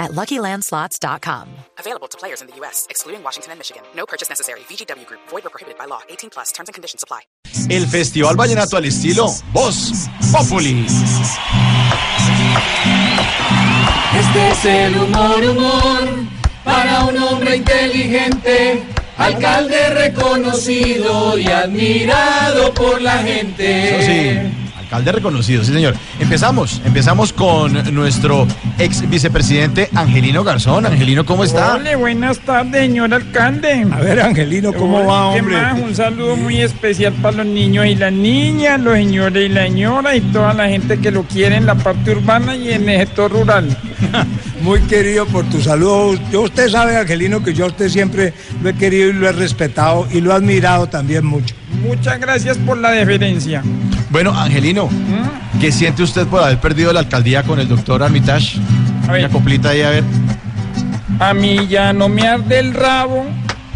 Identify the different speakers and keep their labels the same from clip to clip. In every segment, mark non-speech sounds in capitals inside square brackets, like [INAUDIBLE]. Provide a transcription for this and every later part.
Speaker 1: at luckylandslots.com.
Speaker 2: Available to players in the U.S., excluding Washington and Michigan. No purchase necessary. VGW Group, void or prohibited by law. 18 plus terms and conditions apply.
Speaker 3: El Festival Vallenato al estilo Voz Populi.
Speaker 4: Este es el humor, humor, para un hombre inteligente, alcalde reconocido y admirado por la
Speaker 3: Eso
Speaker 4: gente.
Speaker 3: sí, alcalde reconocido, sí señor. Empezamos, empezamos con nuestro ex vicepresidente Angelino Garzón. Angelino, ¿cómo está?
Speaker 5: Hola, buenas tardes, señor alcalde.
Speaker 6: A ver, Angelino, ¿cómo
Speaker 5: Hola,
Speaker 6: va,
Speaker 5: ¿qué
Speaker 6: hombre?
Speaker 5: más? Un saludo muy especial para los niños y las niñas, los señores y las señoras y toda la gente que lo quiere en la parte urbana y en el sector rural.
Speaker 6: Muy querido por tu saludo. Yo, usted sabe, Angelino, que yo a usted siempre lo he querido y lo he respetado y lo he admirado también mucho.
Speaker 5: Muchas gracias por la deferencia.
Speaker 3: Bueno, Angelino, ¿qué siente usted por haber perdido la alcaldía con el doctor Armitage?
Speaker 5: A ver.
Speaker 3: Una coplita ahí, a ver.
Speaker 5: A mí ya no me arde el rabo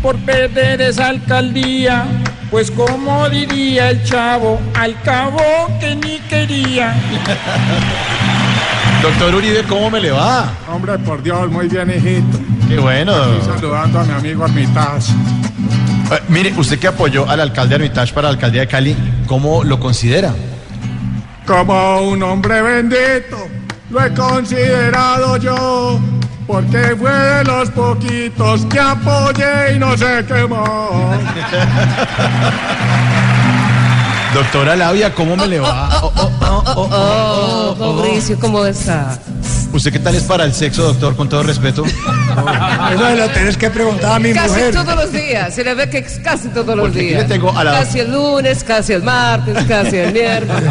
Speaker 5: por perder esa alcaldía, pues como diría el chavo, al cabo que ni quería.
Speaker 3: Doctor Uribe, ¿cómo me le va?
Speaker 7: Hombre, por Dios, muy bien, hijito.
Speaker 3: Qué bueno.
Speaker 7: Estoy saludando a mi amigo Armitage.
Speaker 3: Eh, mire, usted que apoyó al alcalde Armitage para la alcaldía de Cali, ¿cómo lo considera?
Speaker 7: Como un hombre bendito, lo he considerado yo, porque fue de los poquitos que apoyé y no se quemó.
Speaker 3: Doctora Labia, ¿cómo me le va? Oh, oh, oh, oh, oh, oh, oh.
Speaker 8: Mauricio, ¿cómo está?
Speaker 3: ¿Usted qué tal es para el sexo, doctor, con todo respeto?
Speaker 6: Eso se lo tenés que preguntar a mi
Speaker 8: Casi
Speaker 6: mujer.
Speaker 8: todos los días, se le ve que es casi todos los
Speaker 3: Porque aquí
Speaker 8: días.
Speaker 3: le tengo a la-
Speaker 8: Casi el lunes, casi el martes, casi
Speaker 3: [LAUGHS]
Speaker 8: el miércoles.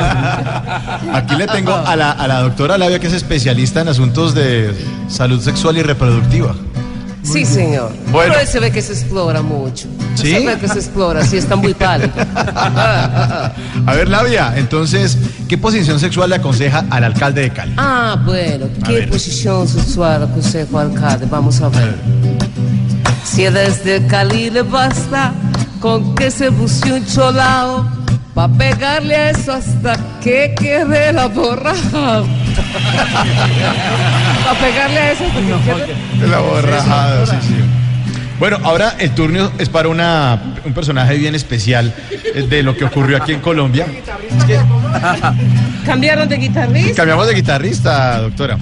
Speaker 3: Aquí le tengo a la, a la doctora Labia, que es especialista en asuntos de salud sexual y reproductiva. [LAUGHS]
Speaker 8: Sí, señor.
Speaker 3: Bueno.
Speaker 8: Pero él se ve que se explora mucho.
Speaker 3: ¿Sí?
Speaker 8: Se ve que se explora, sí, está muy pálido.
Speaker 3: A ver, Labia, entonces, ¿qué posición sexual le aconseja al alcalde de Cali?
Speaker 8: Ah, bueno, ¿qué
Speaker 3: ver.
Speaker 8: posición sexual aconsejo al alcalde? Vamos a ver. Si eres de Cali, le basta con que se busque un cholao para pegarle a eso hasta que quede la borra. para pegarle a eso hasta que quede...
Speaker 3: La borrajada, sí, sí. Bueno, ahora el turno es para una, un personaje bien especial eh, de lo que ocurrió aquí en Colombia. Es que
Speaker 8: ¿Cambiaron de guitarrista?
Speaker 3: cambiamos de guitarrista, doctora.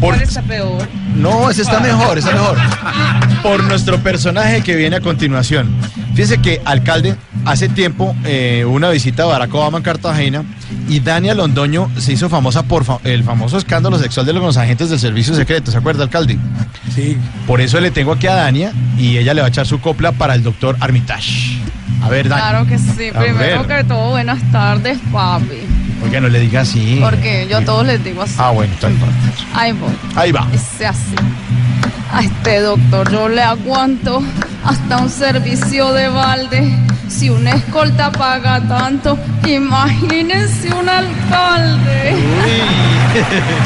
Speaker 3: Por-
Speaker 8: ¿Cuál está peor?
Speaker 3: No, ese está mejor, ese mejor. Por nuestro personaje que viene a continuación. Fíjese que, alcalde, hace tiempo eh, hubo una visita a Barack Obama en Cartagena y Dania Londoño se hizo famosa por fa- el famoso escándalo sexual de los agentes del servicio secreto, ¿se acuerda, alcalde?
Speaker 6: Sí.
Speaker 3: Por eso le tengo aquí a Dania y ella le va a echar su copla para el doctor Armitage. A ver, Dania.
Speaker 9: Claro que sí.
Speaker 3: A
Speaker 9: Primero
Speaker 3: ver.
Speaker 9: que todo, buenas tardes, papi.
Speaker 3: Oiga, no le diga así.
Speaker 9: Porque yo a todos les digo así.
Speaker 3: Mm. Ah, bueno, tal cual.
Speaker 9: Ay, voy.
Speaker 3: Ahí
Speaker 9: [LAUGHS]
Speaker 3: va.
Speaker 9: Ese así. A este doctor yo le aguanto hasta un servicio de balde. Si una escolta paga tanto, imagínense un alcalde.
Speaker 3: Uy. [LAUGHS]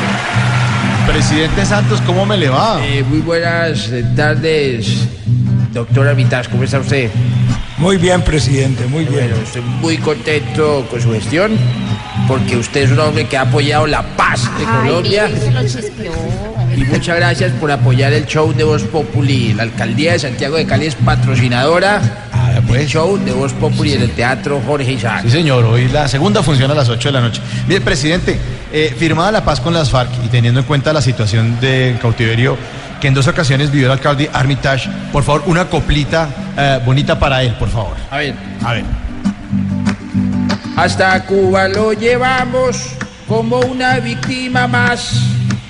Speaker 3: Presidente Santos, ¿cómo me le va?
Speaker 10: Eh, muy buenas tardes, doctora Vitas, ¿cómo está usted?
Speaker 6: Muy bien, presidente, muy bien.
Speaker 10: Bueno, estoy muy contento con su gestión, porque usted es un hombre que ha apoyado la paz de Colombia. Y muchas gracias por apoyar el show de Voz Populi. La alcaldía de Santiago de Cali es patrocinadora
Speaker 3: Ah,
Speaker 10: del show de Voz Populi en el Teatro Jorge Isaac.
Speaker 3: Sí, señor, hoy la segunda funciona a las 8 de la noche. Mire, presidente, eh, firmada la paz con las FARC y teniendo en cuenta la situación de cautiverio que en dos ocasiones vivió el alcalde Armitage, por favor, una coplita eh, bonita para él, por favor.
Speaker 10: A ver.
Speaker 3: A ver.
Speaker 10: Hasta Cuba lo llevamos como una víctima más.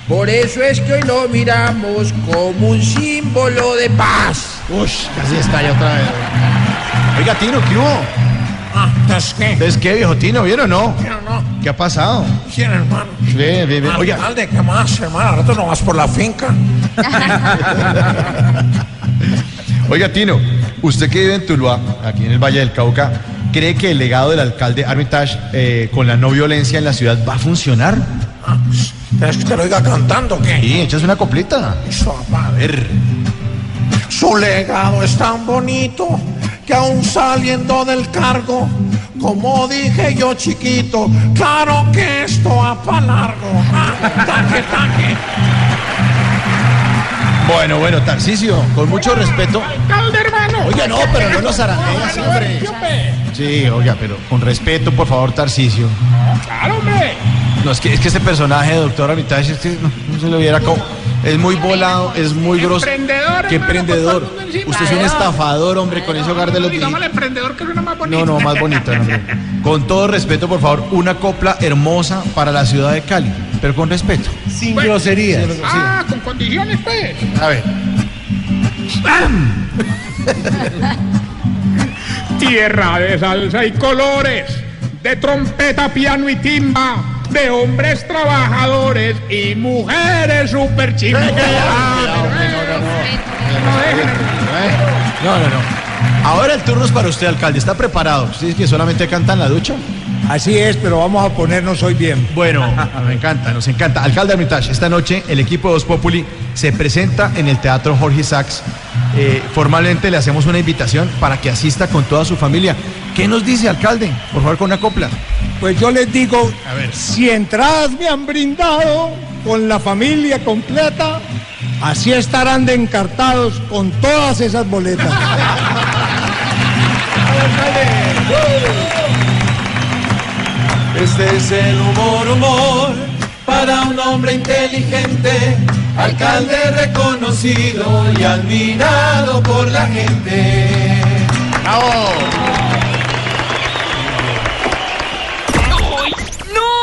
Speaker 10: Por eso es que hoy lo miramos como un símbolo de paz.
Speaker 3: Uy, casi está ya otra vez. Oiga, Tino, ¿qué hubo?
Speaker 4: ¿Estás qué?
Speaker 3: ¿Ustedes pues, qué, viejo Tino? ¿Vieron o no? Ah,
Speaker 4: No, no,
Speaker 3: ¿Qué ha pasado?
Speaker 4: ¿quién, hermano?
Speaker 3: Ve, ve, ve. Oiga,
Speaker 4: Alcalde, ¿qué más, hermano? Ahora tú no vas por la finca.
Speaker 3: oiga, Tino, usted que vive en Tuluá, aquí en el Valle del Cauca, ¿Cree que el legado del alcalde Armitage eh, con la no violencia en la ciudad va a funcionar?
Speaker 4: ¿Quieres que te lo diga cantando o qué?
Speaker 3: Sí, echas una coplita.
Speaker 4: Eso, papá.
Speaker 3: A ver.
Speaker 4: Su legado es tan bonito que aún saliendo del cargo, como dije yo chiquito, claro que esto va para largo. Ah, taque, taque.
Speaker 3: Bueno, bueno, Tarcisio, con mucho respeto.
Speaker 5: Alcalde, hermano.
Speaker 3: Oiga, no, pero no nos arandeas, hombre. Sí, oiga, pero con respeto, por favor, Tarcisio.
Speaker 5: Claro, hombre.
Speaker 3: No, es que, es que ese personaje de Doctor Armitage, es que no, no se lo viera como. Es muy volado, es muy grosso.
Speaker 5: Emprendedor,
Speaker 3: Qué
Speaker 5: hermano,
Speaker 3: emprendedor.
Speaker 5: por favor, no encima.
Speaker 3: Usted es un estafador, hombre, con ese hogar de los.
Speaker 5: Digámosle emprendedor que es una más bonita.
Speaker 3: No, no, más bonito. no, no. Con todo respeto, por favor, una copla hermosa para la ciudad de Cali, pero con respeto.
Speaker 11: Sin groserías.
Speaker 5: Ah, con condiciones, pues.
Speaker 3: A ver.
Speaker 5: Tierra de salsa y colores, de trompeta, piano y timba, de hombres trabajadores y mujeres super
Speaker 3: No, no, no. Ahora el turno es para usted, alcalde. ¿Está preparado? ¿Ustedes que solamente canta en la ducha?
Speaker 6: Así es, pero vamos a ponernos hoy bien.
Speaker 3: [LAUGHS] Bueno, Ah, me encanta, nos encanta. Alcalde Armitage, esta noche el equipo de Voz Populi se presenta en el Teatro Jorge Sachs. Eh, formalmente le hacemos una invitación para que asista con toda su familia. ¿Qué nos dice, alcalde? Por favor, con una copla.
Speaker 6: Pues yo les digo,
Speaker 3: A ver.
Speaker 6: si entradas me han brindado con la familia completa, así estarán de encartados con todas esas boletas.
Speaker 4: Este es el humor, humor, para un hombre inteligente, alcalde reconocido y admirado por la gente.
Speaker 2: ¡No!